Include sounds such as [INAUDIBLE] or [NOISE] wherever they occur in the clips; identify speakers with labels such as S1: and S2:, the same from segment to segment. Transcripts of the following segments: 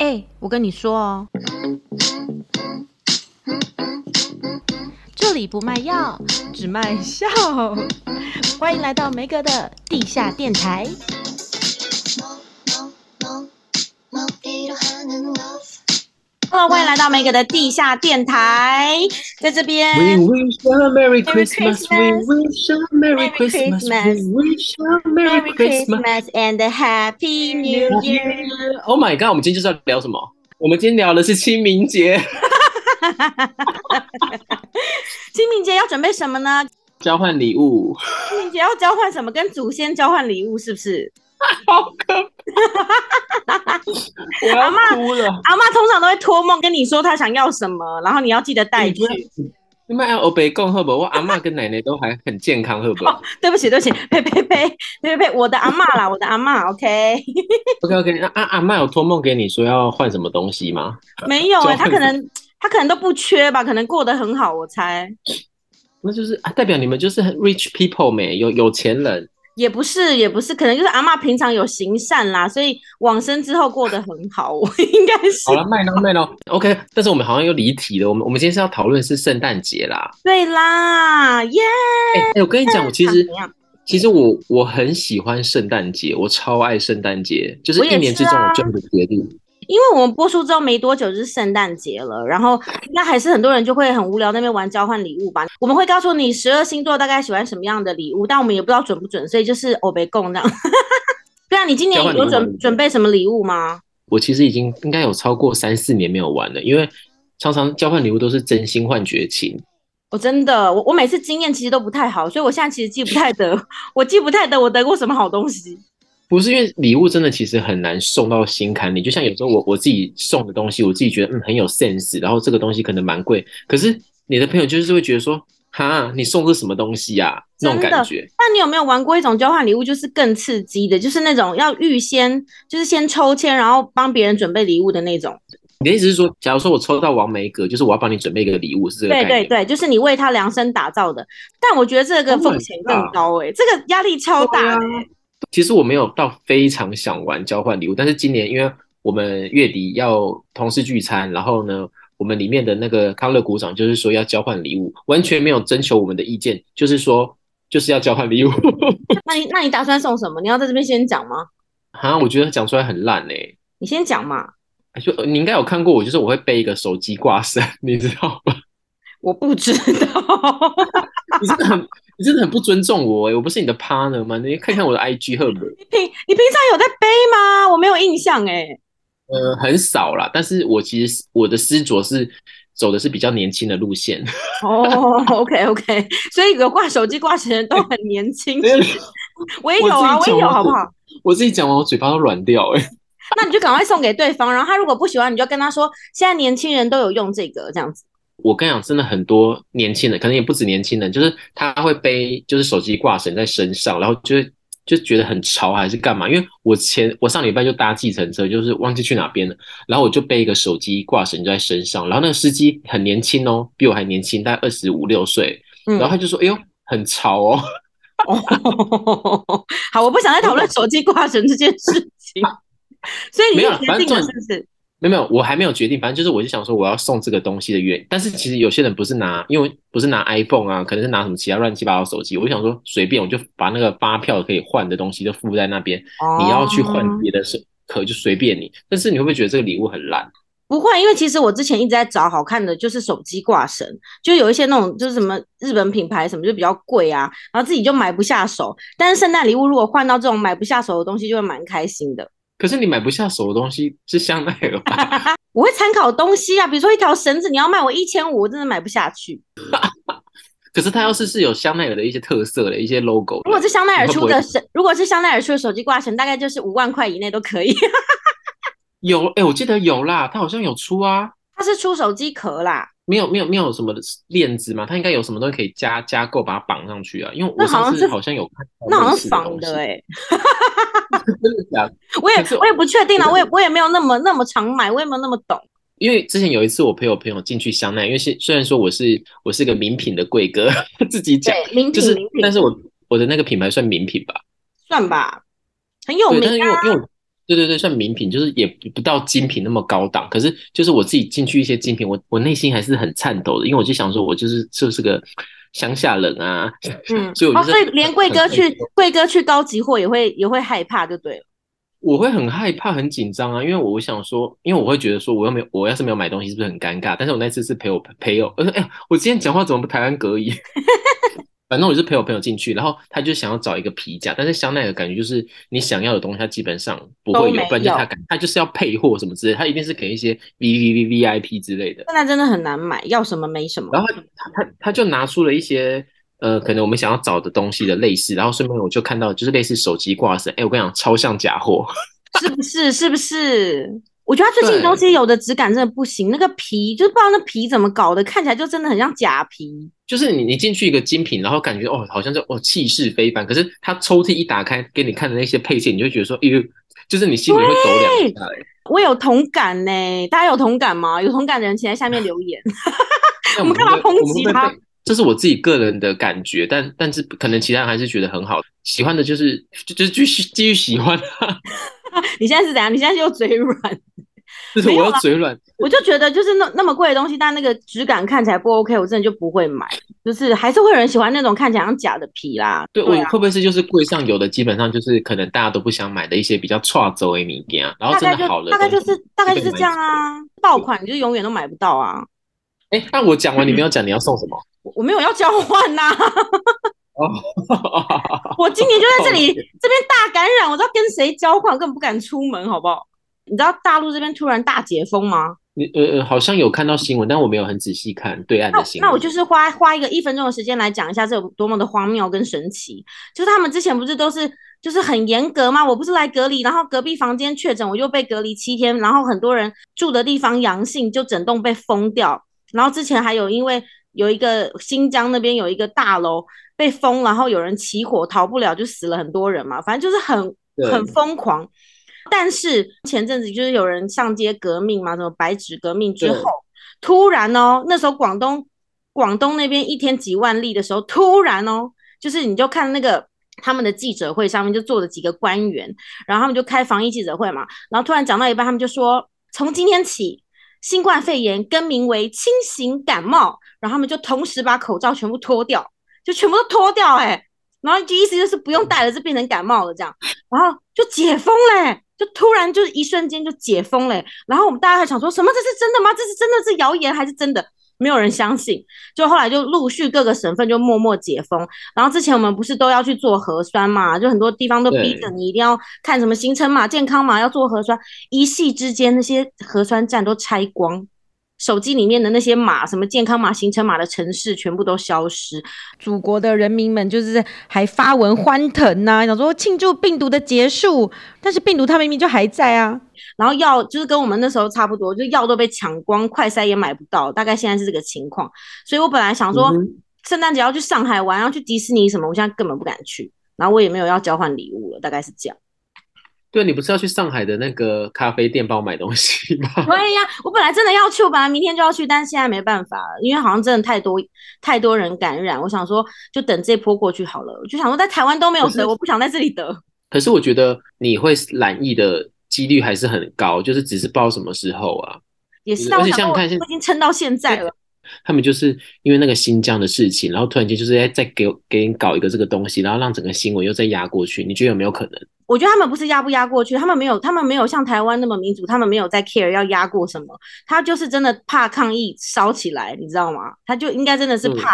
S1: 哎、我跟你说哦，这里不卖药，只卖笑。欢迎来到梅哥的地下电台。
S2: 먹이로 하는 love
S1: Hello，欢迎哦来到梅哥的地下电台，在这
S3: We
S1: 边
S3: wish you a Merry
S1: Merry
S3: Christmas. We
S1: Christmas.
S3: wish you a Merry
S1: Merry
S3: Christmas.
S1: Christmas.
S3: We wish you a Merry Christmas.
S1: and a Happy New Year。
S3: Oh my god！我们今天就是要聊什么？我们今天聊的是清明节
S1: 清明节要准备什么呢？
S3: 交换礼物， [LAUGHS]
S1: 清明节要交换什么？跟祖先交换礼物是不是？
S3: 好可怕！我要哭了。
S1: 阿妈通常都会托梦跟你说她想要什么，然后你要记得带
S3: 哎你
S1: 去
S3: 不。要你们要欧北共喝不？我阿妈跟奶奶都还很健康，
S1: [LAUGHS]
S3: 喝不
S1: 对不起，对不起，呸呸呸呸呸呸，我的阿嬷啦，我的阿嬷 o
S3: [LAUGHS]
S1: k
S3: ？OK OK，那阿啊阿妈有托梦给你说要换什么东西吗？
S1: 没有哎、
S3: 交换
S1: 他可能他可能都不缺吧，可能过得很好，我猜
S3: 那就是、啊、代表你们就是很 rich people 没有有钱人。
S1: 也不是也不是，可能就是阿嬷平常有行善啦，所以往生之后过得很好，我应该是
S3: 好了，卖咯卖咯，OK。但是我们好像又离题了，我们我们今天是要讨论是圣诞节啦。
S1: 对啦，耶、
S3: 哎、哎我跟你讲，我其实
S1: 怎样
S3: 其实我我很喜欢圣诞节，我超爱圣诞节，就是
S1: 我也是
S3: 一
S1: 啊
S3: 年之中我最爱的节日。
S1: 因为我们播出之后没多久就是圣诞节了，然后那还是很多人就会很无聊那边玩交换礼物吧。我们会告诉你十二星座大概喜欢什么样的礼物，但我们也不知道准不准，所以就是欧北共这样。 [LAUGHS] 对啊，你今年
S3: 交换礼物
S1: 有
S3: 吗
S1: 准准备什么礼物吗？
S3: 我其实已经应该有超过三四年没有玩了，因为常常交换礼物都是真心换绝情。
S1: 我真的，我我每次经验其实都不太好，所以我现在其实记不太得， [LAUGHS] 我记不太得我得过什么好东西。
S3: 不是因为礼物真的其实很难送到心坎里，就像有时候我我自己送的东西，我自己觉得嗯很有 sense，然后这个东西可能蛮贵，可是你的朋友就是会觉得说，哈，你送这什么东西呀、那种
S1: 真的
S3: 感觉。
S1: 那你有没有玩过一种交换礼物，就是更刺激的，就是那种要预先，就是先抽签，然后帮别人准备礼物的那种？
S3: 你的意思是说，假如说我抽到王梅格，就是我要帮你准备一个礼物，是这个概
S1: 对
S3: 念？
S1: 对对，就是你为他量身打造的。但我觉得这个
S3: Oh my
S1: 风险更
S3: God
S1: 高哎、这个压力超大、
S3: 啊
S1: 欸。
S3: 其实我没有到非常想玩交换礼物，但是今年因为我们月底要同事聚餐，然后呢，我们里面的那个康乐股长就是说要交换礼物，完全没有征求我们的意见，就是说就是要交换礼物。
S1: 那你那你打算送什么？你要在这边先讲吗？
S3: 哈，我觉得讲出来很烂哎、
S1: 你先讲嘛，
S3: 就你应该有看过我，就是我会背一个手机挂绳， [LAUGHS] 你知道吗？
S1: 我不知道。 [LAUGHS]
S3: 你真的很，你真的很不尊重我哎、我不是你的 partner 吗？你看看我的 IG 赫本，
S1: 你平你平常有在背吗？我没有印象哎、
S3: 呃，很少啦。但是我其实我的思着是走的是比较年轻的路线， [LAUGHS]
S1: 哦、o k OK，所 [LAUGHS] 以有挂手机挂绳的都很年轻。我也有啊，我
S3: 哎我自己
S1: 也有，
S3: 讲
S1: 好不好？
S3: 我自己讲完我嘴巴都软掉哎、
S1: 那你就赶快送给对方，然后他如果不喜欢，你就跟他说，现在年轻人都有用这个这样子。
S3: 我跟你讲，真的很多年轻人，可能也不止年轻人，就是他会背就是手机挂绳在身上，然后就会就觉得很潮还是干嘛？因为我前我上礼拜就搭计程车，就是忘记去哪边了，然后我就背一个手机挂绳就在身上，然后那个司机很年轻哦，比我还年轻，大概二十五六岁，
S1: 嗯
S3: 然后他就说：“哎呦，很潮哦。
S1: 哦， [LAUGHS] 好，我不想再讨论手机挂绳这件事情。 [LAUGHS] 所以你
S3: 没有
S1: 是
S3: 了
S1: 决
S3: 反正
S1: 定了
S3: 重
S1: 是不是？”
S3: 没有没有，我还没有决定，反正就是我就想说我要送这个东西的原因，但是其实有些人不是拿，因为不是拿 iPhone 啊，可能是拿什么其他乱七八糟的手机，我就想说随便，我就把那个发票可以换的东西就附在那边。你要去换
S1: 哦
S3: 别的是可就随便你，但是你会不会觉得这个礼物很烂？
S1: 不会，因为其实我之前一直在找好看的，就是手机挂绳，就有一些那种就是什么日本品牌什么就比较贵啊，然后自己就买不下手。但是圣诞礼物如果换到这种买不下手的东西，就会蛮开心的。
S3: 可是你买不下手的东西是香奈儿吧？ [LAUGHS]
S1: 我会参考东西啊，比如说一条绳子，你要卖我一千五，我真的买不下去。
S3: 可是它要是是有香奈儿的一些特色的一些 logo，
S1: 如果
S3: 的
S1: 是香奈儿
S3: 你会
S1: 出
S3: 不会
S1: 的绳，如果是香奈儿出的手机挂绳，大概就是五万块以内都可以。 [LAUGHS]
S3: 有哎、我记得有啦，它好像有出啊，
S1: 它是出手机壳啦，
S3: 没有没有没有什么链子嘛，它应该有什么东西可以加加购把它绑上去啊？因为
S1: 那
S3: 我
S1: 好像
S3: 上
S1: 是
S3: 次好像有看到
S1: 那好像
S3: 类似
S1: 是
S3: 的
S1: 仿
S3: 东西
S1: 的哎、欸，
S3: 真的假的？
S1: 我也
S3: 可是
S1: 我也不确定啦，我也我也没有那么那么常买，我也没有那么懂。
S3: 因为之前有一次我陪我朋友进去香奈儿，因为是虽然说我是我是个名品的贵哥，自己讲
S1: 对，名
S3: 就
S1: 品
S3: 是
S1: 名，
S3: 但
S1: 品
S3: 是我我的那个品牌算名品吧。
S1: 算吧，很有名
S3: 对，但是因为
S1: 啊。
S3: 我因为我对对对，算名品，就是也不不到精品那么高档，可是就是我自己进去一些精品，我我内心还是很颤抖的，因为我就想说，我就是就是个乡下人啊，
S1: 嗯，
S3: 所以我
S1: 哦，
S3: 就是
S1: 所以连贵哥
S3: 很
S1: 去贵哥去高级货也会也会害怕，就对了。
S3: 我会很害怕、很紧张啊，因为我想说，因为我会觉得说，我又没有，我要是没有买东西，是不是很尴尬？但是我那次是陪我陪友，呃，哎呀，我今天讲话怎么不台湾隔音？ [LAUGHS] 反正我就是陪我朋友进去，然后他就想要找一个皮夹，但是香奈儿感觉就是你想要的东西，它基本上不
S1: 都
S3: 会
S1: 没
S3: 有，不然就
S1: 有
S3: 他感他就是要配货什么之类，他一定是给一些 V V V V I P 之类的。
S1: 现在真的很难买，要什么没什么。
S3: 然后他他他就拿出了一些呃，可能我们想要找的东西的类似，然后顺便我就看到就是类似手机挂绳，哎，我跟你讲，超像假货。
S1: 是不是？是不是？我觉得它最近
S3: 对
S1: 东西有的质感真的不行，那个皮就是不知道那皮怎么搞的，看起来就真的很像假皮。
S3: 就是你你进去一个精品，然后感觉哦，好像就哦气势非凡，可是它抽屉一打开给你看的那些配件，你就觉得说，哎呦，就是你心里会抖两下。哎
S1: 我有同感呢、大家有同感吗？有同感的人请在下面留言。 [LAUGHS]
S3: 那
S1: 我们干嘛
S3: 会不会
S1: 抨击
S3: 我们会不会
S1: 它
S3: 这是我自己个人的感觉，但但是可能其他人还是觉得很好，喜欢的就是就就继续继续喜欢它，
S1: 你现在是怎样？你现在又嘴软？
S3: 就是
S1: 没有啊
S3: 我
S1: 啦
S3: 要嘴软。
S1: 我就觉得就是那那么贵的东西，但那个质感看起来不 OK，我真的就不会买。就是还是会有人喜欢那种看起来像假的皮啦。
S3: 对，我
S1: 啊，
S3: 会不会是就是柜上有的基本上就是可能大家都不想买的一些比较差走的物件啊，然后
S1: 大
S3: 真
S1: 概
S3: 的
S1: 就
S3: 好了，
S1: 大概就
S3: 东西
S1: 是大概就是
S3: 被
S1: 这样啊。爆款你就永远都买不到啊。
S3: 哎，那我讲完你没有讲你要送什么？ [LAUGHS]
S1: 我我没有要交换呐、
S3: 哦，
S1: 我今年就在这里
S3: 抱歉
S1: 这边大感染，我知道跟谁交换，我根本不敢出门，好不好？你知道大陆这边突然大解封吗？
S3: 你呃呃，好像有看到新闻，但我没有很仔细看对岸
S1: 那
S3: 的新闻。
S1: 那我就是花花一个一分钟的时间来讲一下这有多么的荒谬跟神奇。就是他们之前不是都是就是很严格吗？我不是来隔离，然后隔壁房间确诊，我就被隔离七天，然后很多人住的地方阳性，就整栋被封掉。然后之前还有因为有一个新疆那边有一个大楼被封，然后有人起火逃不了，就死了很多人嘛，反正就是很
S3: 对
S1: 很疯狂。但是前阵子就是有人上街革命嘛，什么白纸革命之
S3: 对
S1: 后，突然哦，那时候广东广东那边一天几万例的时候，突然哦，就是你就看那个他们的记者会上面就坐了几个官员，然后他们就开防疫记者会嘛，然后突然讲到一半，他们就说从今天起，新冠肺炎更名为轻型感冒，然后他们就同时把口罩全部脱掉，就全部都脱掉哎、然后就意思就是不用戴了，就变成感冒了这样，然后就解封嘞、就突然就是一瞬间就解封嘞、然后我们大家还想说什么这是真的吗？这是真的是谣言还是真的？没有人相信，就后来就陆续各个省份就默默解封，然后之前我们不是都要去做核酸嘛，就很多地方都逼
S3: 对
S1: 着你一定要看什么行程码、健康码，要做核酸。一夕之间，那些核酸站都拆光，手机里面的那些码，什么健康码、行程码的城市全部都消失。祖国的人民们就是还发文欢腾呐、想说庆祝病毒的结束，但是病毒它明明就还在啊。然后药就是跟我们那时候差不多，就药都被抢光，快筛也买不到，大概现在是这个情况。所以我本来想说
S3: 嗯哼
S1: 圣诞节要去上海玩，要去迪士尼什么，我现在根本不敢去。然后我也没有要交换礼物了，大概是这样。
S3: 对你不是要去上海的那个咖啡店帮我买东西吗？ [LAUGHS]
S1: 对呀，我本来真的要去，我本来明天就要去，但现在没办法了，因为好像真的太多太多人感染。我想说，就等这波过去好了。我就想说，在台湾都没有
S3: 可
S1: [LAUGHS]
S3: 是
S1: 得，我不想在这里得。
S3: 可是我觉得你会懒意的几率还是很高，就是只是不知道什么时候啊。
S1: 也是，
S3: 是
S1: 但我
S3: 而且
S1: 想说
S3: 像
S1: 我
S3: 看现
S1: 我已经撑到现在了。
S3: 他们就是因为那个新疆的事情，然后突然间就是在哎再给我给你搞一个这个东西，然后让整个新闻又再压过去，你觉得有没有可能？
S1: 我觉得他们不是压不压过去，他们没有，他们没有像台湾那么民主，他们没有在 care 要压过什么，他就是真的怕抗议烧起来，你知道吗？他就应该真的是
S3: 嗯
S1: 怕，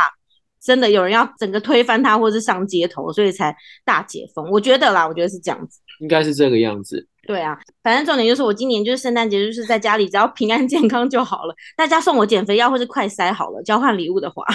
S1: 真的有人要整个推翻他，或是上街头，所以才大解封。我觉得啦，我觉得是这样子。
S3: 应该是这个样子。
S1: 对啊，反正重点就是我今年就是圣诞节就是在家里，只要平安健康就好了。大家送我减肥药或是快塞好了，交换礼物的话， [LAUGHS]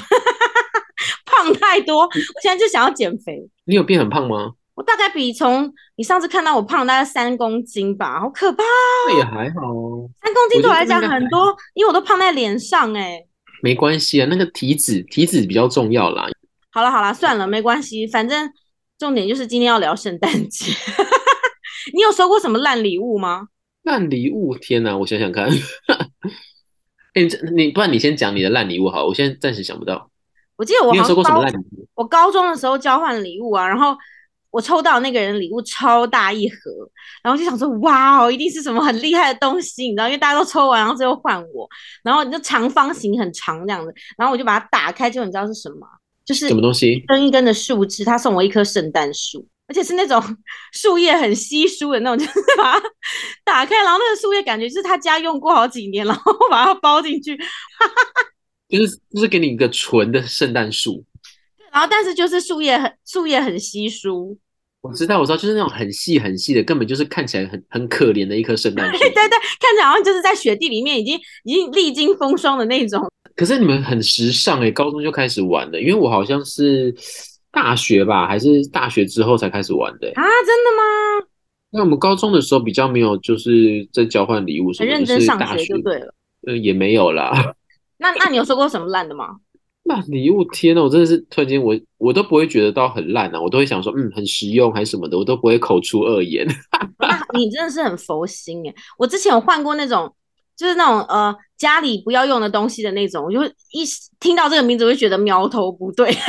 S1: 胖太多，我现在就想要减肥。
S3: 你有变很胖吗？
S1: 我大概比从你上次看到我胖大概三公斤吧，好可怕！啊
S3: 那也还好哦，
S1: 三公斤对我来
S3: 我觉
S1: 讲
S3: 得这个应该
S1: 很多，因为我都胖在脸上哎、
S3: 没关系啊。那个体脂，体脂比较重要啦。
S1: 好了好了，算了，没关系，反正重点就是今天要聊圣诞节。 [LAUGHS] 你有收过什么烂礼物吗？
S3: 烂礼物，天哪！我想想看， [LAUGHS] 哎、你这你不然你先讲你的烂礼物好了，我现在暂时想不到。
S1: 我记得我
S3: 你有
S1: 好像
S3: 收过什
S1: 高
S3: 么烂礼物？
S1: 我高中的时候交换礼物啊，然后我抽到那个人礼物超大一盒，然后就想说哇哦，一定是什么很厉害的东西，你知道，因为大家都抽完，然后最后换我，然后你就长方形很长这样子，然后我就把它打开，结果你知道是什么？就是
S3: 什么东西？
S1: 根一根的树枝，他送我一棵圣诞树，而且是那种 [LAUGHS] 树叶很稀疏的那种，就是把它打开，然后那个树叶感觉就是他家用过好几年，然后把它包进去，
S3: 就是就是给你一个纯的圣诞树。
S1: 然后但是就是树叶很树叶很稀疏，
S3: 我知道，我知道，就是那种很细很细的，根本就是看起来很很可怜的一棵圣诞
S1: [LAUGHS]
S3: 树。
S1: 对对对，看起来好像就是在雪地里面已经已经历经风霜的那种。
S3: 可是你们很时尚诶、高中就开始玩了，因为我好像是大学吧，还是大学之后才开始玩的、欸。
S1: 啊，真的吗？
S3: 那我们高中的时候比较没有，就是在交换礼物什
S1: 很
S3: 么的，
S1: 认真
S3: 是
S1: 上
S3: 大
S1: 学
S3: 学
S1: 就对了。
S3: 呃也没有啦。
S1: 那那你有收过什么烂的吗？ [LAUGHS]
S3: 那礼物天呐，我真的是突然间我我都不会觉得到很烂啊，我都会想说嗯很实用还是什么的，我都不会口出恶言。 [LAUGHS]
S1: 那你真的是很佛心耶！我之前有换过那种，就是那种呃家里不要用的东西的那种，我就会一听到这个名字我就觉得苗头不对。 [LAUGHS]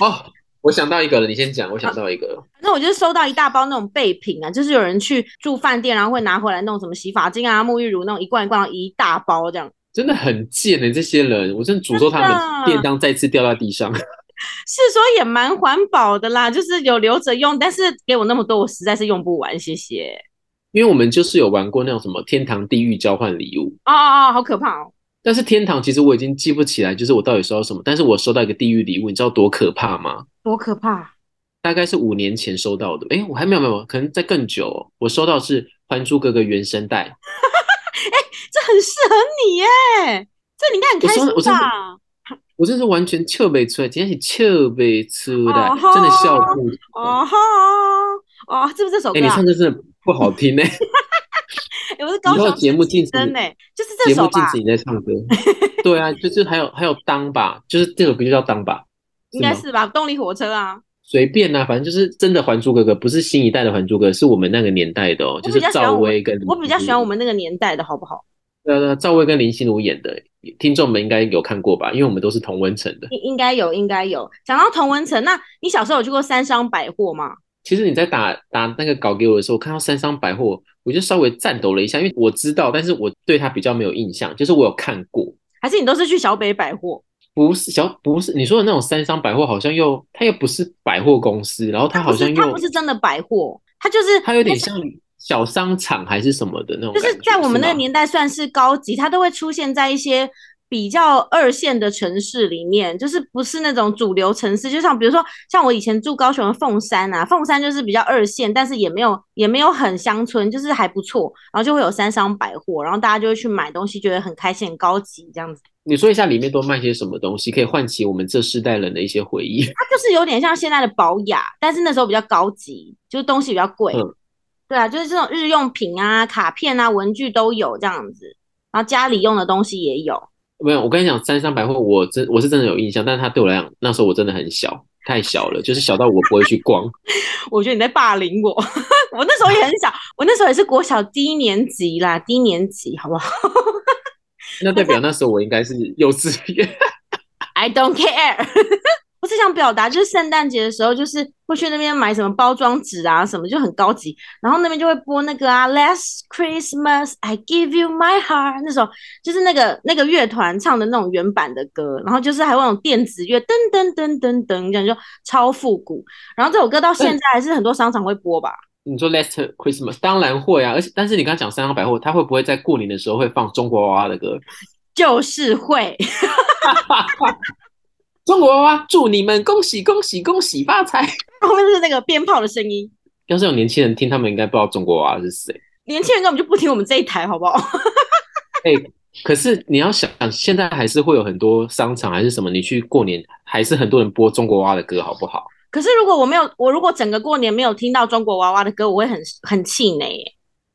S3: 哦，我想到一个了，你先讲，我想到一个了。
S1: 反正我就是收到一大包那种备品啊，就是有人去住饭店，然后会拿回来弄什么洗发精啊、沐浴乳那种一罐一罐一大包这样。
S3: 真的很贱欸的、这些人，我真的诅咒他
S1: 真的啊
S3: 们便当再次掉到地上。 [LAUGHS]
S1: 是说也蛮环保的啦，就是有留着用，但是给我那么多，我实在是用不完，谢谢。
S3: 因为我们就是有玩过那种什么天堂地狱交换礼物，
S1: 哦哦哦，好可怕哦！
S3: 但是天堂其实我已经记不起来，就是我到底收到什么。但是我收到一个地狱礼物，你知道多可怕吗？
S1: 多可怕！
S3: 大概是五年前收到的，诶，我还没有没有，可能在更久哦、我收到的是《还珠格格》原声带，
S1: 这很适合你耶，这你应该很开心
S3: 我真的
S1: 吧？
S3: 我真是完全笑不出来，真的是笑不出来
S1: 哦吼，
S3: 真的笑不出来。
S1: 哦吼，哦，是不是这首歌
S3: 哎诶，你
S1: 啊
S3: 唱？歌真的不好
S1: [LAUGHS]
S3: 听呢、
S1: 哎我是高
S3: 以后
S1: 雄
S3: 节目禁止
S1: 真哎，就是这
S3: 节
S1: 首
S3: 目禁
S1: 吧 [LAUGHS]
S3: 止？你在唱歌。对啊，就是还有还有当吧，就是这首歌就叫当吧，
S1: 应该
S3: 吗
S1: 是吧？动力火车啊，
S3: 随便啊，反正就是真的《还珠格格》，不是新一代的《还珠格格》，是我们那个年代的哦，
S1: 比
S3: 就
S1: 较
S3: 是
S1: 喜欢
S3: 赵
S1: 我们
S3: 薇跟嗯
S1: 我比较喜欢我
S3: 们
S1: 们那个年代的好不好？
S3: 对啊对啊赵薇跟林心如演的，听众们应该有看过吧？因为我们都是同温层的。
S1: 应应该有，应该有。讲到童文层，那你小时候有去过三商百货吗？
S3: 其实你在打打那个稿给我的时候，我看到三商百货，我就稍微颤抖了一下，因为我知道，但是我对它比较没有印象，就是我有看过，
S1: 还是你都是去小北百货？
S3: 不是小不是你说的那种三商百货，好像又它又不是百货公司，然后它
S1: 它
S3: 好
S1: 不是，
S3: 像
S1: 它
S3: 又
S1: 不是真的百货，它就是
S3: 它有点像小商场还是什么的那种
S1: 就
S3: 感觉，
S1: 是在我们那个
S3: 吗
S1: 年代算是高级，它都会出现在一些比较二线的城市里面，就是不是那种主流城市。就像比如说，像我以前住高雄的凤山啊，凤山就是比较二线，但是也没有也没有很乡村，就是还不错。然后就会有三商百货，然后大家就会去买东西，觉得很开心、很高级这样子。
S3: 你说一下里面都卖些什么东西，可以唤起我们这世代人的一些回忆。 [LAUGHS]
S1: 它就是有点像现在的宝雅，但是那时候比较高级，就是东西比较贵。
S3: 嗯
S1: 对啊，就是这种日用品啊、卡片啊、文具都有这样子，然后家里用的东西也有。
S3: 没有，我跟你讲，三商百货我真我是真的有印象，但是它对我来讲，那时候我真的很小，太小了，就是小到我不会去逛。
S1: 我觉得你在霸凌我。 [LAUGHS] 我那时候也很小，我那时候也是国小低年级啦，低年级好不好
S3: 那代表那时候我应该是幼稚园。 [LAUGHS]
S1: ？I don't care 。 [LAUGHS] 我是想表达，就是圣诞节的时候，就是会去那边买什么包装纸啊，什么就很高级，然后那边就会播那个啊，Last Christmas I Give You My Heart 那首，就是那个那个乐团唱的那种原版的歌，然后就是还有那种电子乐，噔噔噔噔噔，这样就超复古。然后这首歌到现在还是很多商场会播吧？
S3: 你说 Last Christmas 当然会啊，而且但是你刚刚讲三商百货，它会不会在过年的时候会放中国娃娃的歌？
S1: 就是会。 [LAUGHS]
S3: 中国娃娃祝你们恭喜恭喜恭喜发财！
S1: 后面就是那个鞭炮的声音。
S3: [LAUGHS] 要是有年轻人听，他们应该不知道中国娃娃是谁。
S1: 年轻人根本就不听我们这一台，好不好？
S3: 可是你要想，现在还是会有很多商场还是什么，你去过年还是很多人播中国娃娃的歌，好不好？
S1: 可是如果我没有，我如果整个过年没有听到中国娃娃的歌，我会很很气馁耶，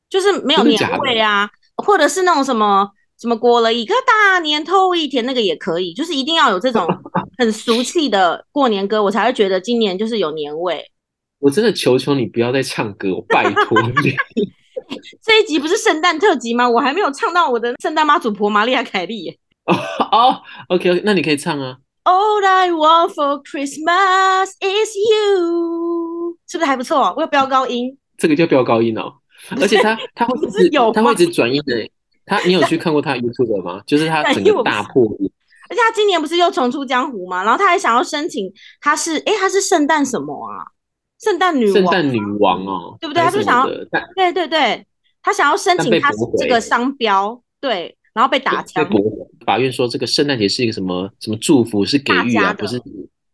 S1: 就是没有
S3: 真的
S1: 年
S3: 假的
S1: 味啊，或者是那种什么什么过了一个大年头一天，那个也可以，就是一定要有这种很俗气的过年歌，我才会觉得今年就是有年味。
S3: 我真的求求你不要再唱歌，我拜托 [LAUGHS] 你。
S1: 这一集不是圣诞特辑吗？我还没有唱到我的圣诞妈祖婆玛利亚凯莉耶。
S3: 哦哦，OK，那你可以唱啊。
S1: All I want for Christmas is you。是不是还不错？我有飙高音，
S3: 这个叫飙高音哦，而且他他会一 [LAUGHS]
S1: 不是
S3: 直
S1: 有
S3: 他会一直转音的。他你有去看过他 YouTube 吗？就是他整
S1: 没有
S3: 个大破音，
S1: 而且他今年不是又重出江湖嘛，然后他还想要申请，他是诶，他是圣诞什么啊？圣诞女
S3: 圣
S1: 王，
S3: 诞女王哦，
S1: 对不对
S3: 还是
S1: 他就
S3: 什么的但
S1: 对对对，他想要申
S3: 但
S1: 请
S3: 被
S1: 他
S3: 驳
S1: 这
S3: 回
S1: 个商标，对，然后被打
S3: 被
S1: 枪，
S3: 驳回。法院说这个圣诞节是一个什么什么祝福，是给予
S1: 大家
S3: 啊，
S1: 的
S3: 不是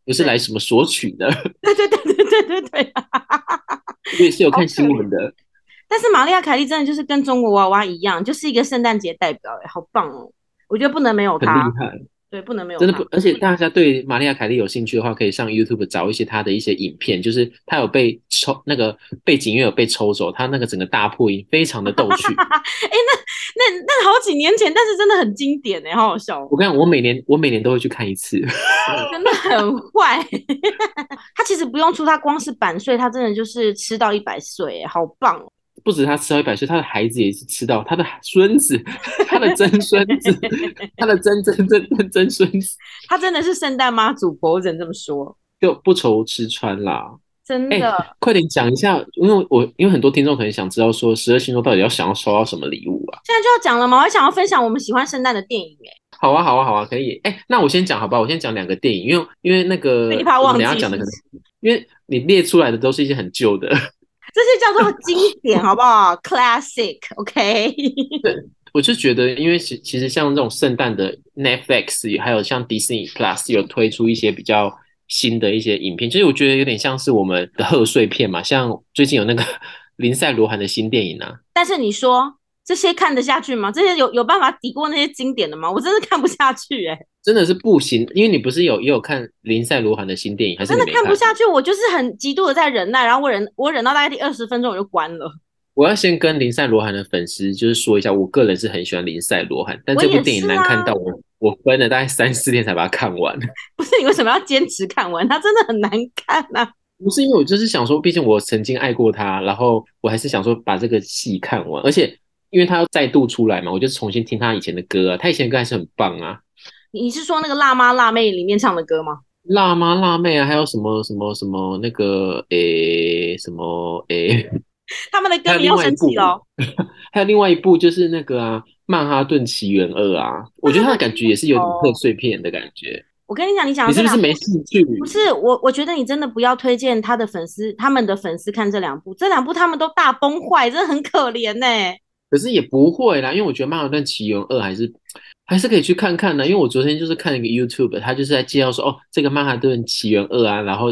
S3: 不是来什么索取的。
S1: 对对对对对对对。
S3: 我也是有
S1: 好可
S3: 看新闻的，
S1: 但是玛丽亚凯莉真的就是跟中国娃娃一样，就是一个圣诞节代表，哎，好棒哦！我觉得不能没有
S3: 很厉
S1: 她，
S3: 害，
S1: 对，不能没有
S3: 真的
S1: 她
S3: 不。而且大家对玛利亚凯莉有兴趣的话，可以上 YouTube 找一些她的一些影片，就是她有被抽那个背景音乐有被抽走，她那个整个大破音非常的逗趣。
S1: 那那好几年前，但是真的很经典哎、好好笑哦，
S3: 我跟你讲，我每年我每年都会去看一次，
S1: 真的很坏。他其实不用出，他光是版税，他真的就是吃到一百岁哎，好棒哦！
S3: 不止她吃到一百岁，她的孩子也是吃到，她的孙子，她的曾孙子，她的曾曾曾曾曾孙子
S1: 他真的是圣诞妈祖婆，我只能这么说，
S3: 就不愁吃穿啦。
S1: 真
S3: 哎
S1: 的。
S3: 快点讲一下，因为我因为很多听众可能想知道说十二星座到底要想要收到什么礼物啊？
S1: 现在就要讲了嘛，我还想要分享我们喜欢圣诞的电影哎、
S3: 好啊，好啊，好啊，可以。哎，那我先讲好吧，我先讲两个电影，因为因为那个
S1: 你怕
S3: 我
S1: 忘
S3: 们
S1: 记
S3: 等一下讲的可能
S1: 是，
S3: 因为你列出来的都是一些很旧的。 [LAUGHS]
S1: 这些叫做经典好不好？Classic，OK，、 [LAUGHS]
S3: 我就觉得，因为其其实像这种圣诞的 Netflix，还有像 Disney Plus 有推出一些比较新的一些影片，其实我觉得有点像是我们的贺岁片嘛，像最近有那个 [LAUGHS] 林赛罗韩的新电影啊，
S1: 但是你说这些看得下去吗？这些有有办法抵过那些经典的吗？我真的看不下去、欸，哎，
S3: 真的是不行，因为你不是有也有看林赛罗韩的新电影，还是
S1: 真
S3: 你
S1: 的
S3: 没
S1: 看不下去。我就是很极度的在忍耐，然后我忍我忍到大概第二十分钟我就关了。
S3: 我要先跟林赛罗韩的粉丝就是说一下，我个人是很喜欢林赛罗韩，但
S1: 啊
S3: 这部电影难看到我，我分了大概三四天才把它看完。
S1: [LAUGHS] 不是你为什么要坚持看完？ [LAUGHS] 它真的很难看啊呐、
S3: 不是因为我就是想说，毕竟我曾经爱过他，然后我还是想说把这个戏看完，而且因为他要再度出来嘛，我就重新听他以前的歌啊，他以前的歌还是很棒啊，
S1: 你你是说那个辣妈辣妹里面唱的歌吗？
S3: 辣妈辣妹啊，还有什么什么什么那个诶、什么诶。
S1: 他们的
S3: 还
S1: 歌
S3: 有
S1: 迷
S3: 另
S1: 要
S3: 外一
S1: 生
S3: 部
S1: 气喽。
S3: [LAUGHS] 还有另外一部就是那个啊，《曼哈顿奇缘二》啊，我觉得它的感觉也是有点贺岁片的感觉。
S1: 我跟你讲，你讲
S3: 你
S1: 的这
S3: 是不
S1: 两
S3: 是
S1: 部
S3: 没兴趣？
S1: 不是我，我觉得你真的不要推荐他的粉丝，他们的粉丝看这两部，这两部他们都大崩坏，真的很可怜呢、
S3: 可是也不会啦，因为我觉得《曼哈顿奇缘二》还是还是可以去看看的。因为我昨天就是看了一个 YouTube，他就是在介绍说，哦，这个《曼哈顿奇缘二》啊，然后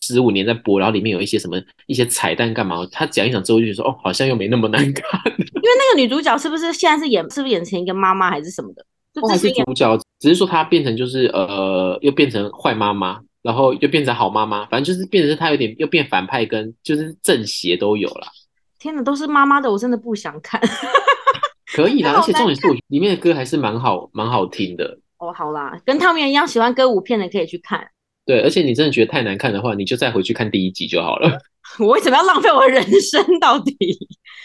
S3: 十五年在播，然后里面有一些什么一些彩蛋干嘛？他讲一讲之后就觉得说，哦，好像又没那么难看，
S1: 因为那个女主角是不是现在是演，是不是演成一个妈妈还是什么的？就
S3: 他还
S1: 之
S3: 哦是
S1: 前演
S3: 主角，只是说他变成就是呃，又变成坏妈妈，然后又变成好妈妈，反正就是变成是他有点又变反派跟就是正邪都有啦。
S1: 天哪，都是妈妈的，我真的不想看。 [LAUGHS]
S3: 可以啦，
S1: 好
S3: 而且重点是我里面的歌还是蛮好蛮好听的。
S1: 哦，好啦，跟汤圆一样喜欢歌舞片的可以去看。 [LAUGHS]
S3: 对，而且你真的觉得太难看的话，你就再回去看第一集就好了。 [LAUGHS]
S1: 我为什么要浪费我的人生到底？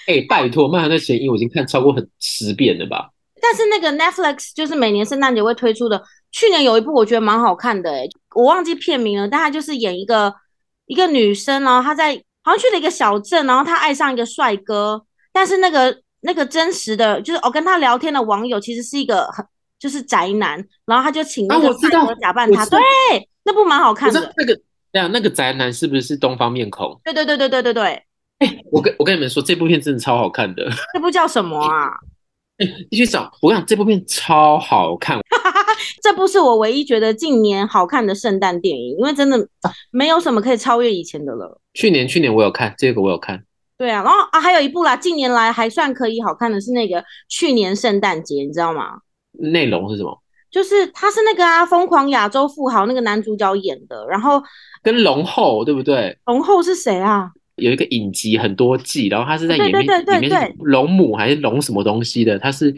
S3: 哎、拜托，《曼哈顿前一》我已经看超过很十遍了吧？
S1: 但是那个 Netflix 就是每年圣诞节会推出的，去年有一部我觉得蛮好看的、欸，我忘记片名了，但它就是演一个一个女生，然后她在好像去了一个小镇，然后她爱上一个帅哥，但是那个那个真实的就是我、哦、跟她聊天的网友其实是一个很就是宅男，然后她就请那
S3: 啊
S1: 个
S3: 我知
S1: 帅
S3: 道
S1: 哥假扮
S3: 我
S1: 她，
S3: 知道
S1: 对，那部蛮好
S3: 可
S1: 看
S3: 是
S1: 的，
S3: 那个对啊，那个宅男是不是是东方面孔？
S1: 对对对对对对对，
S3: 我跟我跟你们说，这部片真的超好看的， [LAUGHS]
S1: 那部叫什么啊？
S3: 你去找。我跟你讲，这部片超好看，
S1: 这部是我唯一觉得近年好看的圣诞电影，因为真的
S3: 啊
S1: 没有什么可以超越以前的了。
S3: 去年去年我有看这个，我有看。
S1: 对啊，然后啊，还有一部啦，近年来还算可以好看的是那个去年圣诞节，你知道吗？
S3: 内容是什么？
S1: 就是他是那个啊，《疯狂亚洲富豪》那个男主角演的，然后
S3: 跟龙后对不对？
S1: 龙后是谁啊？
S3: 有一个影集很多季，然后他是在演
S1: 哦对对对
S3: 里面
S1: 对
S3: 是龙母还是龙什么东西的？他是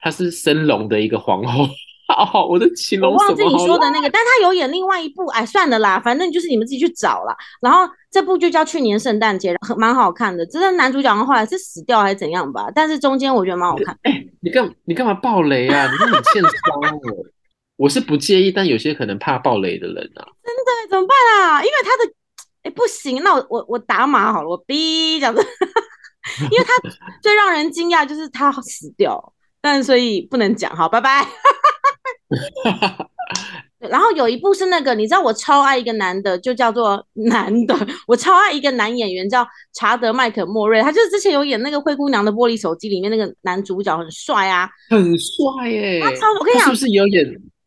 S3: 他是生龙的一个皇后。 [LAUGHS] 哦，我的青
S1: 我
S3: 龙什
S1: 忘
S3: 么
S1: 记你
S3: 好
S1: 说的
S3: 了
S1: 那个，但他有演另外一部，哎，算了啦，反正就是你们自己去找啦。然后这部就叫《去年圣诞节》，很蛮好看的。真的男主角好像后来是死掉还是怎样吧，但是中间我觉得蛮好看。
S3: 你干你干嘛爆雷啊？你是很
S1: [LAUGHS]
S3: 欠杀我。我是不介意，但有些可能怕爆雷的人啊，
S1: 哎对，怎么办啊？因为他的哎不行，那我我我打码好了，我逼这样子， [LAUGHS] 因为他最让人惊讶就是他死掉，但所以不能讲，好，拜拜。然后有一部是那个，你知道我超爱一个男的，就叫做 [LAUGHS] 男的，我超爱一个男演员叫查德麦克莫瑞，他就是之前有演那个《灰姑娘的玻璃手机》里面那个男主角，很帅啊。
S3: 很帅耶、
S1: 他啊超我跟你讲
S3: 他是不是也有演？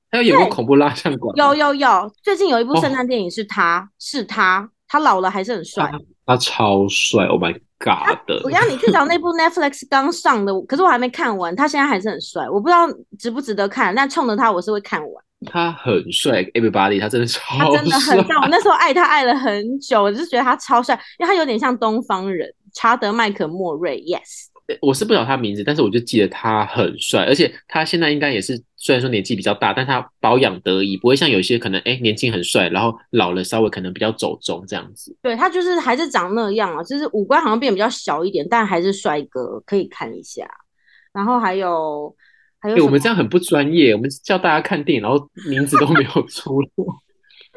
S3: 他有演过
S1: 对
S3: 恐怖蜡像馆？
S1: 有，有有，最近有一部
S3: 哦
S1: 圣诞电影是他，是他，他老了还是很帅。
S3: 他超帅！Oh my
S1: 他
S3: god
S1: [LAUGHS]
S3: 的
S1: 我让你去找那部 Netflix 刚上的，可是我还没看完，他现在还是很帅，我不知道值不值得看，但冲着他我是会看完，
S3: 他很帅，Everybody，他真的
S1: 他
S3: 超
S1: 真的很
S3: 帅。
S1: 帅，我那时候爱他爱了很久，我就觉得他超帅，因为他有点像东方人，查德麦克莫瑞，yes，
S3: 我是不晓得他名字，但是我就记得他很帅，而且他现在应该也是，虽然说年纪比较大，但他保养得宜，不会像有些可能哎、诶年轻很帅，然后老了稍微可能比较走中这样子。
S1: 对他就是还是长那样啊，就是五官好像变得比较小一点，但还是帅哥，可以看一下。然后还有还有
S3: 哎、
S1: 什
S3: 我
S1: 么？
S3: 们这样很不专业，我们叫大家看电影，然后名字都没有出来。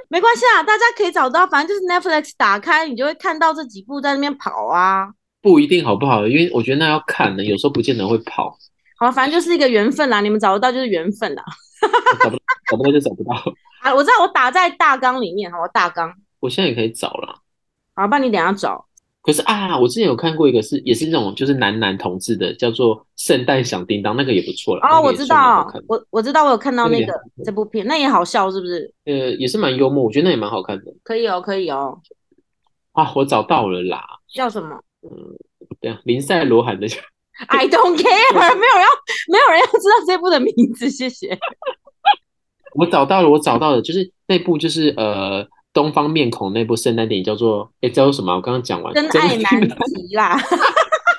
S1: 没关系啊，大家可以找到，反正就是 Netflix 打开，你就会看到这几部在那边跑啊。
S3: 不一定好不好？因为我觉得那要看的，有时候不见得会跑，
S1: 好了，反正就是一个缘分啦，你们找得到就是缘分啦。
S3: 找不到，找不到就找不到。
S1: 啊，我知道我打在大纲里面，好，我大纲，
S3: 我现在也可以找了。
S1: 好，帮你等一下找。
S3: 可是啊，我之前有看过一个是，也是那种就是男男同志的，叫做《圣诞响叮当》，那个也不错啦。
S1: 哦，
S3: 那
S1: 我
S3: 个也
S1: 知
S3: 算蛮好
S1: 道
S3: 看的，
S1: 我我知道，我有看到
S3: 那个
S1: 那
S3: 也
S1: 个
S3: 很不错
S1: 这部片，那也好笑，是不是？
S3: 呃，也是蛮幽默，我觉得那也蛮好看的
S1: 可以哦，可以哦。
S3: 啊。我找到了啦，
S1: 叫什么
S3: 对啊，林赛罗韩的，
S1: ？I don't care，没有人要，没有人要知道这部的名字，谢谢。
S3: 我找到了，我找到了，就是那部就是呃东方面孔那部圣诞电影叫做哎叫做什么啊？我刚刚讲完，
S1: 真爱难题啦， [LAUGHS]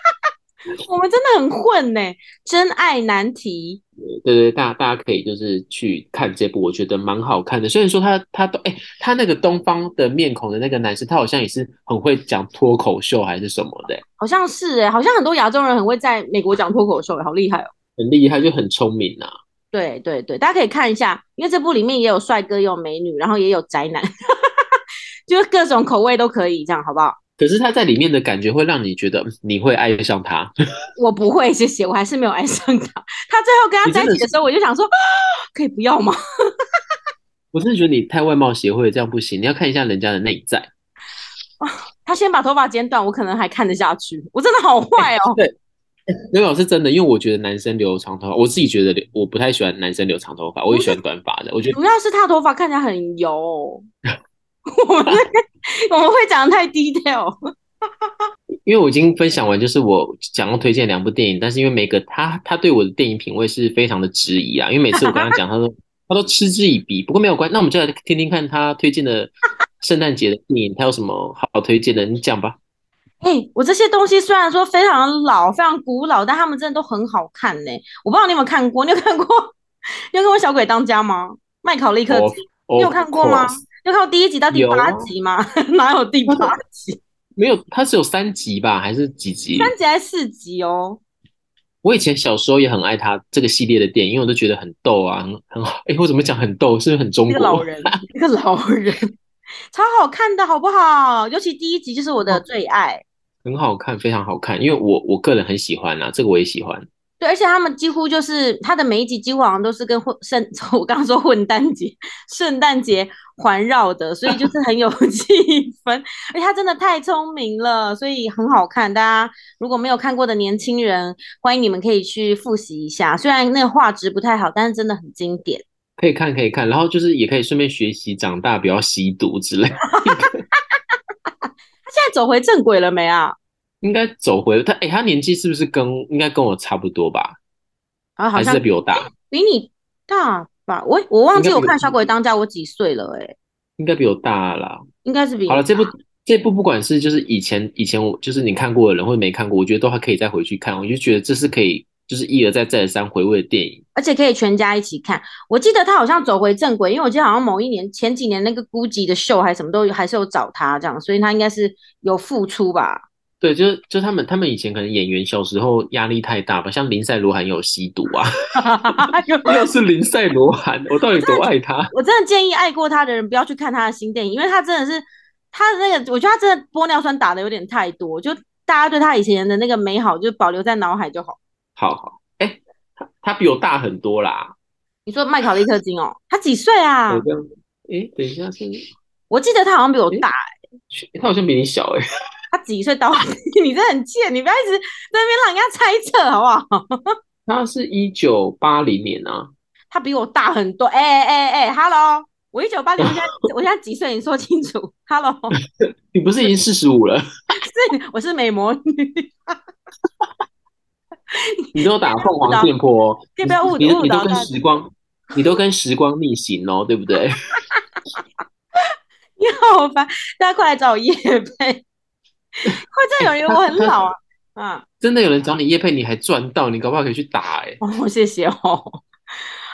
S1: 我们真的很混呢、真爱难题。
S3: 对对，大大家可以就是去看这部，我觉得蛮好看的。虽然说他他都哎、他那个东方的面孔的那个男生，他好像也是很会讲脱口秀还是什么的、
S1: 好像是哎、好像很多亚洲人很会在美国讲脱口秀、欸，好厉害哦。
S3: 很厉害，就很聪明啊。
S1: 对对对，大家可以看一下，因为这部里面也有帅哥，也有美女，然后也有宅男， [LAUGHS] 就是各种口味都可以，这样好不好？
S3: 可是他在里面的感觉会让你觉得嗯你会爱上他，
S1: 我不会，谢谢，我还是没有爱上他。他最后跟他在一起的时候，我就想说，啊可以不要吗？
S3: 我真的觉得你太外貌协会了，这样不行。你要看一下人家的内在。
S1: 他先把头发剪短，我可能还看得下去。我真的好坏哦，
S3: 刘老师真的，因为我觉得男生留长头发，我自己觉得留我不太喜欢男生留长头发，我也喜欢短发的。我觉得
S1: 主要是他的头发看起来很油。哦 [LAUGHS] 我们我们会讲的太 detail。
S3: 因为我已经分享完，就是我想要推荐两部电影，但是因为每个他他对我的电影品味是非常的质疑啊，因为每次我跟他讲，他说 [LAUGHS] 他都嗤之以鼻。不过没有关系，那我们就来听听看他推荐的圣诞节的电影，他有什么好推荐的？你讲吧。
S1: 哎、我这些东西虽然说非常老、非常古老，但他们真的都很好看呢、我不知道你有没有看过，你有看过？你有看过《小鬼当家》吗？麦考利克基，
S3: 你
S1: 你有看过吗？你有看过第一集到第
S3: 有
S1: 八
S3: 啊
S1: 集吗？ [LAUGHS] 哪有第八集？
S3: 没有，它只有三集吧，还是几集？
S1: 三集还是四集哦？
S3: 我以前小时候也很爱他这个系列的电影，因为我都觉得很逗啊，很很好。哎，我怎么讲很逗？是不是很中
S1: 那
S3: 国？
S1: 个老人，那个老人， [LAUGHS] 超好看的好不好？尤其第一集就是我
S3: 哦
S1: 的最爱。
S3: 很好看，非常好看，因为我我个人很喜欢啊，这个我也喜欢。
S1: 对，而且他们几乎就是他的每一集几乎好像都是跟混圣， [LAUGHS] 我刚刚说混蛋节、圣诞节环绕的，所以
S3: [LAUGHS]
S1: 就是很有气氛。而且他真的太聪明了，所以很好看。大家如果没有看过的年轻人，欢迎你们可以去复习一下。虽然那个画质不太好，但是真的很经典。
S3: 可以看，可以看，然后就是也可以顺便学习长大不要吸毒之类。
S1: 他现在走回正轨了没啊？
S3: [LAUGHS] 应该走回他，哎、他年纪是不是跟应该跟我差不多吧？
S1: 啊，好
S3: 还是
S1: 像
S3: 在比我大？
S1: 比你大吧？我我忘记
S3: 应该
S1: 我
S3: 比
S1: 看《小鬼当家》我几岁了、欸，
S3: 应该比我大啦。
S1: 应该是比
S3: 好了，
S1: 你
S3: 这部这部不管是就是以前以前我就是你看过的人或者没看过，我觉得都还可以再回去看，我就觉得这是可以就是一而再再而三回味的电影。
S1: 而且可以全家一起看。我记得他好像走回正轨，因为我记得好像某一年前几年那个 GUCCI 的秀还什么都有还是有找他这样，所以他应该是有付出吧。 [LAUGHS]
S3: 对，就是就他们他们以前可能演员小时候压力太大吧，像林赛罗韩有吸毒啊， [LAUGHS] 又是林赛罗韩，我到底多爱他？ [LAUGHS]
S1: 我真的建议爱过他的人不要去看他的新电影，因为他真的是他那个，我觉得他真的玻尿酸打的有点太多，就大家对他以前的那个美好就保留在脑海就好。
S3: 好好，哎、他他比我大很多啦。
S1: 你说麦考利特金哦，他几岁啊
S3: 我？这样，哎、等一下是，
S1: 我记得他好像比我大、
S3: 他好像比你小哎、
S1: 他几岁到？ [LAUGHS] 你这很贱，你不要一直在那边让人家猜测好不好？
S3: 他是一九八零年啊，
S1: 他比我大很多。哎哎哎，Hello，我一九八零，
S3: [LAUGHS]
S1: 我现在我现在几岁？你说清楚。Hello，
S3: 你不是已经四十五了？ [LAUGHS]
S1: 是我是美魔女，
S3: 你都打凤凰电波、哦，
S1: 你 [LAUGHS] 不要误
S3: 你你
S1: 误
S3: 你
S1: 导
S3: 都
S1: 大
S3: 跟
S1: 家
S3: 时光，你都跟时光逆行哦，对不对？ [LAUGHS]
S1: 你好烦，大家快来找我叶贝，会真的有人以为我很老啊？啊，
S3: 真的有人找你叶配，你还赚到，你搞不好可以去打哎、
S1: 哦，谢谢哦。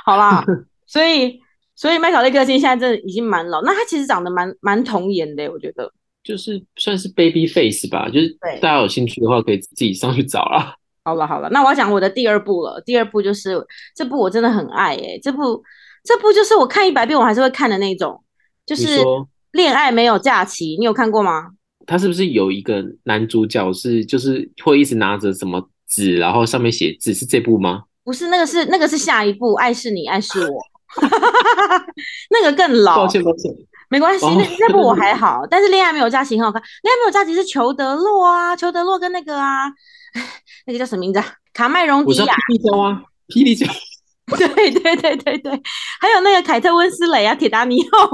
S1: 好
S3: [LAUGHS]
S1: 啦，所以所以麦考利克金现在真的已经蛮老，那他其实长得蛮蛮童颜的，我觉得。
S3: 就是算是 baby face 吧，就是
S1: 对
S3: 大家有兴趣的话，可以自己上去找啦。 [LAUGHS]
S1: 好了好了，那我要讲我的第二部了。第二部就是这部我真的很爱诶、这部这部就是我看一百遍我还是会看的那种，就
S3: 你
S1: 是《
S3: 说
S1: 恋爱没有假期》，你有看过吗？
S3: 他是不是有一个男主角是就是会一直拿着什么纸，然后上面写字，是这部吗？
S1: 不是，那个是那个是下一部《爱是你爱是我》，那个更老。
S3: 抱歉抱歉，
S1: 没关系，
S3: 哦
S1: 那那部我
S3: [LAUGHS]
S1: 还好，但是《恋爱没有假期》很好看，《恋爱没有假期》是裘德洛啊，裘德洛跟那个啊， [LAUGHS] 那个叫什么名字啊？卡麦隆迪
S3: 我知道
S1: 亚，
S3: 霹雳州啊，霹雳州，
S1: [LAUGHS] 对对对对对，还有那个凯特温斯雷啊，铁达尼号，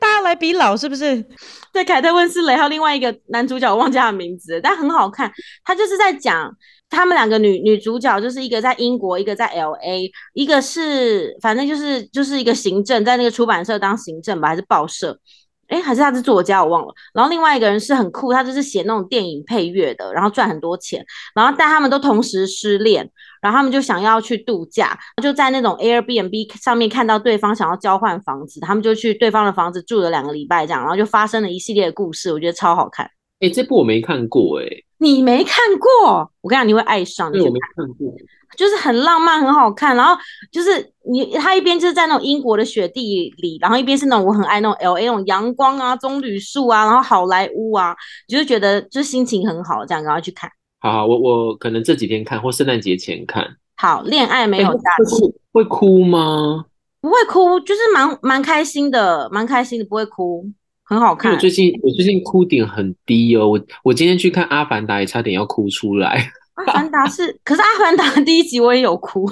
S1: 大家来比老是不是？对，凯特温斯雷还有另外一个男主角，我忘记他的名字了，但很好看。他就是在讲他们两个女女主角，就是一个在英国，一个在 L A，一个是反正就是就是一个行政，在那个出版社当行政吧，还是报社。诶，还是他是作家，我忘了。然后另外一个人是很酷，他就是写那种电影配乐的，然后赚很多钱。然后但他们都同时失恋，然后他们就想要去度假，就在那种 Airbnb 上面看到对方想要交换房子，他们就去对方的房子住了两个礼拜，这样，然后就发生了一系列的故事，我觉得超好看。
S3: 哎、这部我没看过哎、
S1: 你没看过，我跟你讲，你会爱上，你
S3: 对，
S1: 去看
S3: 我没看过，
S1: 就是很浪漫，很好看。然后就是你，它一边就是在那种英国的雪地里，然后一边是那种我很爱那种 L A 那种阳光啊、棕榈树啊，然后好莱坞啊，你就觉得就心情很好，这样然后去看。
S3: 好好，我我可能这几天看或圣诞节前看，
S1: 好，恋爱没
S3: 哎
S1: 有
S3: 会
S1: 假期。
S3: 会哭会哭吗？
S1: 不会哭，就是蛮蛮开心的，蛮开心的，不会哭，很好
S3: 因为
S1: 看
S3: 我。最近我最近哭点很低哦，我我今天去看《阿凡达》也差点要哭出来，
S1: 阿凡达是，可是阿凡达第一集我也有哭，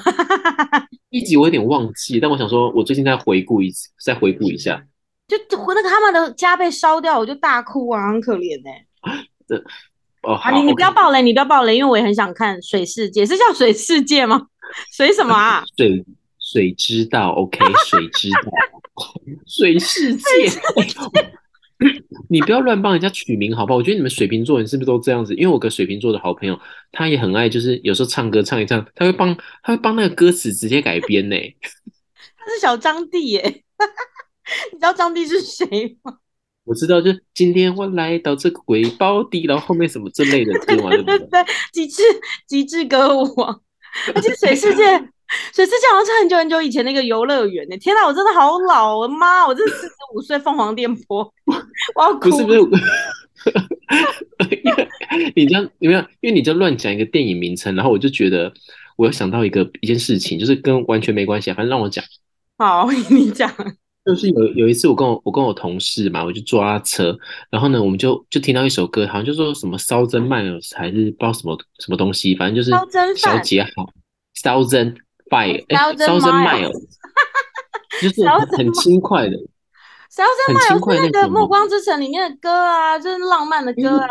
S1: [LAUGHS]
S3: 一集我有点忘记，但我想说，我最近再回顾一次，再回顾一下。
S1: 就就那个他们的家被烧掉，我就大哭啊，很可怜哎、
S3: 哦，好
S1: 啊，，你你不要
S3: OK
S1: 暴雷，你不要暴雷，因为我也很想看《水世界》，是叫《水世界》吗？水什么
S3: [LAUGHS]
S1: 啊？
S3: 水水知道，OK，
S1: [LAUGHS]
S3: 水知道，水世界。你不要乱帮人家取名，好不好？我觉得你们水瓶座人是不是都这样子？因为我跟水瓶座的好朋友，他也很爱，就是有时候唱歌唱一唱，他会帮他会帮那个歌词直接改编呢。 [LAUGHS]
S1: 他是小张帝耶、 [LAUGHS] 你知道张帝是谁吗？
S3: 我知道，就是今天我来到这个鬼包地，然后后面什么之类的 [LAUGHS] 歌嘛，对不
S1: 对
S3: 对？
S1: 对，极致极致歌舞王，而且水世
S3: [LAUGHS]
S1: 界，水世界好像是很久很久以前那个游乐园呢。天哪，我真的好老，我的妈，我这四十五岁凤凰电波，我要哭
S3: 不。是不是， [LAUGHS] 因为你这样有没有？因为你这样乱讲一个电影名称，然后我就觉得我又想到一个一件事情，就是跟完全没关系啊，反正让我
S1: 嗯
S3: 讲。
S1: 好，你讲，
S3: 就是有有一次，我跟我我跟我同事嘛，我就坐他车，然后呢，我们就就听到一首歌，好像就说什么烧蒸麦尔还是不知道什么什么东西，反正就是
S1: 烧蒸
S3: 小
S1: 饭哦
S3: 姐好，烧蒸 fire，哎，
S1: 烧蒸
S3: 烧蒸
S1: miles
S3: 麦尔，
S1: [LAUGHS]
S3: 就是
S1: 烧
S3: 很
S1: 蒸
S3: 很轻快的，
S1: 小生
S3: 很
S1: 嘛，
S3: 轻
S1: 有
S3: 快
S1: 是那
S3: 那
S1: 个《
S3: 种
S1: 暮
S3: 吗
S1: 光之城》里面的歌啊，就是浪漫的歌啊。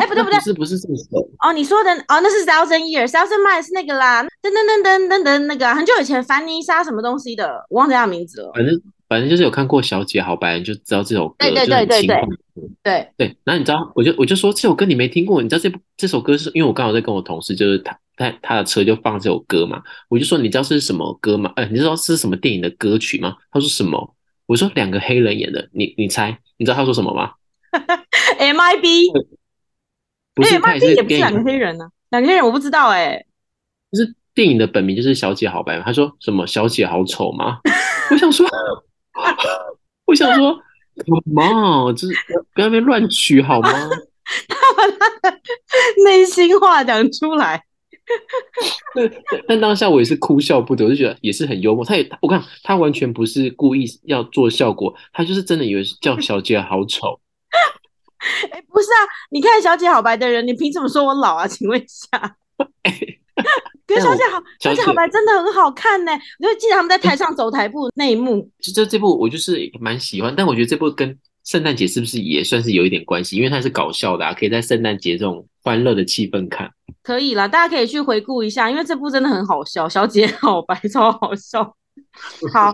S1: 哎，不对
S3: 那
S1: 不对，
S3: 是不是这首，
S1: 哦，你说的哦，那是 Thousand Years，Thousand Miles 是那个啦，噔噔噔噔噔噔那个很久以前凡妮莎什么东西的，我忘记她的名字了。
S3: 反正反正就是有看过《小姐好白》，你就知道这首歌
S1: 对对
S3: 就是很
S1: 对对
S3: 轻快
S1: 对。对，
S3: 对，然后你知道，我就我就说这首歌你没听过，你知道这部这首歌是因为我刚好在跟我同事，就是他他他的车就放这首歌嘛，我就说你知道是什么歌吗？哎、你知道是什么电影的歌曲吗？他说什么？我说两个黑人演的，你你猜，你知道他说什么吗？
S1: M I B，
S3: 不是，
S1: 哎，M
S3: 他
S1: I
S3: 也
S1: B
S3: 是
S1: 也不是
S3: 电
S1: 两个
S3: 影，
S1: 黑人呢、啊两个黑人我不知道哎、
S3: 就是电影的本名就是《小姐好 [LAUGHS] 白》嘛。他说什么“小姐好丑”吗？我想说，我想说，什么？就是不要在那边乱取好吗？
S1: 内心话讲出来，
S3: 但当下我也是哭笑不得，我就觉得也是很幽默。他也，我看他完全不是故意要做效果，他就是真的以为是叫小姐好丑。
S1: [LAUGHS] 哎、不是啊，你看小姐好白的人，你凭什么说我老啊？ [LAUGHS] 请问一下。可是
S3: 哎但
S1: 小
S3: 我
S1: 姐好，小
S3: 小
S1: 姐好
S3: 姐
S1: 白真的很好看呢、我就记得他们在台上走台步那一幕，
S3: 就这这部我就是蛮喜欢，但我觉得这部跟圣诞节是不是也算是有一点关系？因为它是搞笑的、啊，可以在圣诞节这种欢乐的气氛看。
S1: 可以啦，大家可以去回顾一下，因为这部真的很好笑，小姐好白， [LAUGHS] 超好笑。好，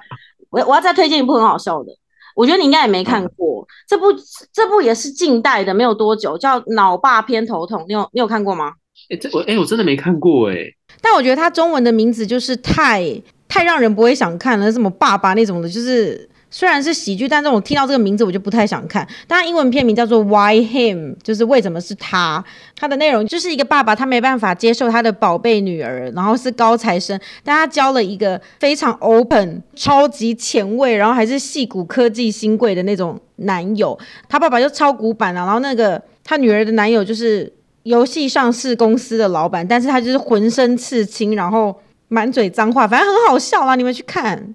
S1: 我我要再推荐一部很好笑的，我觉得你应该也没看过，这部这部也是近代的，没有多久，叫《脑爸偏头痛》，你有你有看过吗？
S3: 哎、这我哎、我真的没看过哎、
S1: 但我觉得它中文的名字就是太太让人不会想看了，什么爸爸那种的，就是虽然是喜剧，但这种听到这个名字我就不太想看。当然，英文片名叫做 Why Him，就是为什么是他。它的内容就是一个爸爸，他没办法接受他的宝贝女儿，然后是高材生，但他交了一个非常 open、超级前卫，然后还是戏骨科技新贵的那种男友。他爸爸就超古板啊，然后那个他女儿的男友就是游戏上市公司的老板，但是他就是浑身刺青，然后满嘴脏话，反正很好笑啦，啊你们去看。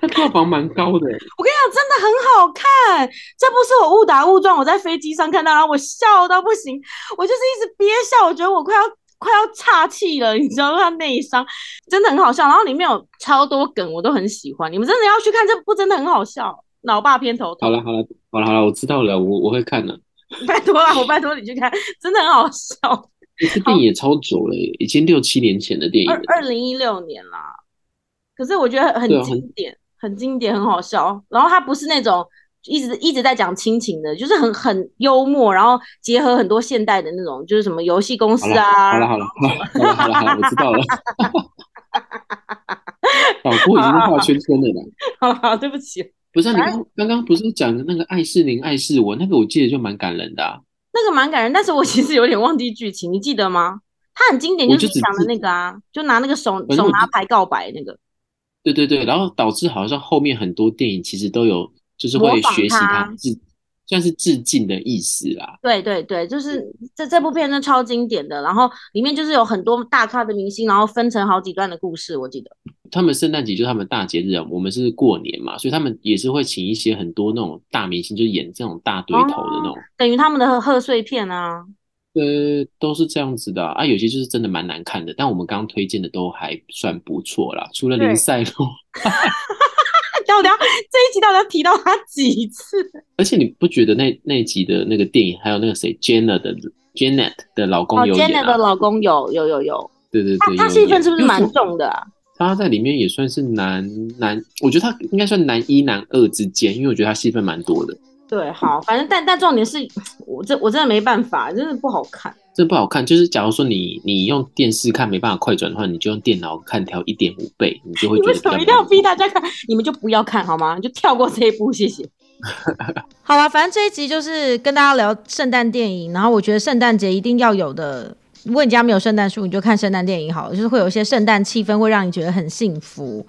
S3: 它票房蛮高的、欸，
S1: 我跟你讲，真的很好看，这不是我误打误撞，我在飞机上看到，然后我笑到不行，我就是一直憋笑，我觉得我快要快要岔气了，你知道吗？内伤真的很好笑，然后里面有超多梗，我都很喜欢，你们真的要去看，这部真的很好笑，脑爸偏头痛，
S3: 好了好了好了好了，我知道了，我我会看的、
S1: 拜托啦，我拜托你去看，真的很好笑，
S3: 欸这电影也超久了、欸，已经六七年前的电影
S1: 二
S3: 了。
S1: 二零一六年啦，可是我觉得很
S3: 对啊
S1: 经典，很经典，很好笑。然后它不是那种一直一直在讲亲情的，就是很很幽默，然后结合很多现代的那种，就是什么游戏公司啊
S3: 好，了好了好了好了好了好了，我知道 [LAUGHS] 了。老郭已经画圈圈了啦。
S1: [LAUGHS] 好好，对不起，
S3: 不是、啊、你刚刚刚不是讲的那个爱是您爱是我那个，我记得就蛮感人的、啊。
S1: 那个蛮感人，但是我其实有点忘记剧情，你记得吗？它很经典，
S3: 我
S1: 就是你
S3: 就只
S1: 讲的
S3: 记
S1: 那个啊，就拿那个手
S3: 正
S1: 手
S3: 我
S1: 拿
S3: 就
S1: 牌告白那个，
S3: 对对对，然后导致好像后面很多电影其实都有，就是
S1: 模
S3: 会
S1: 仿
S3: 学习
S1: 他
S3: 他致，算是致敬的意思啦。
S1: 对对对，就是这这部片真的超经典的，然后里面就是有很多大咖的明星，然后分成好几段的故事，我记得。
S3: 他们圣诞节就是他们大节日啊，我们是过年嘛，所以他们也是会请一些很多那种大明星，就演这种大对头的那种，
S1: 等于他们的贺贺岁片 [LAUGHS] 啊。
S3: 呃，都是这样子的啊。啊有些就是真的蛮难看的，但我们刚刚推荐的都还算不错啦，除了
S1: 对
S3: 林赛洛， [LAUGHS]
S1: 到底要这一集到底要提到他几次？
S3: 而且你不觉得那那一集的那个电影，还有那个谁 Jenna 的 Janet 的老公
S1: 哦
S3: 有演
S1: ，Jenna 的
S3: 啊？
S1: 老公有有有有，
S3: 对对
S1: 他
S3: 对，
S1: 他
S3: 有
S1: 戏份
S3: 演
S1: 是不是
S3: 因为
S1: 蛮
S3: 我
S1: 重的啊？
S3: 他在里面也算是男男，我觉得他应该算男一男二之间，因为我觉得他戏份蛮多的。
S1: 对，好，反正但但重点是我这我真的没办法，真的不好看。
S3: 这不好看，就是假如说你你用电视看没办法快转的话，你就用电脑看调一点五倍，你就会
S1: 你
S3: 觉得
S1: 为
S3: 比
S1: 什
S3: 较
S1: 么一定要
S3: 没
S1: 逼大家看？你们就不要看好吗？你 [LAUGHS] 就跳过这一步，谢谢。 [LAUGHS] 好了，反正这一集就是跟大家聊圣诞电影，然后我觉得圣诞节一定要有的。如果你家没有圣诞树，你就看圣诞电影好了，就是会有一些圣诞气氛，会让你觉得很幸福。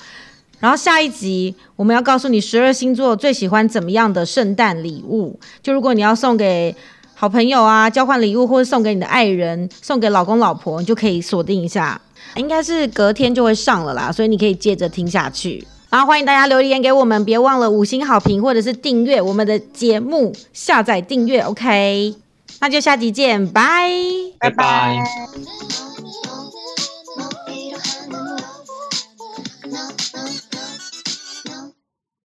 S1: 然后下一集我们要告诉你十二星座最喜欢怎么样的圣诞礼物。就如果你要送给好朋友啊，交换礼物，或者送给你的爱人，送给老公老婆，你就可以锁定一下。应该是隔天就会上了啦，所以你可以接着听下去。然后欢迎大家留言给我们，别忘了五星好评或者是订阅我们的节目，下载订阅，OK？那就下集见，拜。
S3: 拜拜。
S2: Love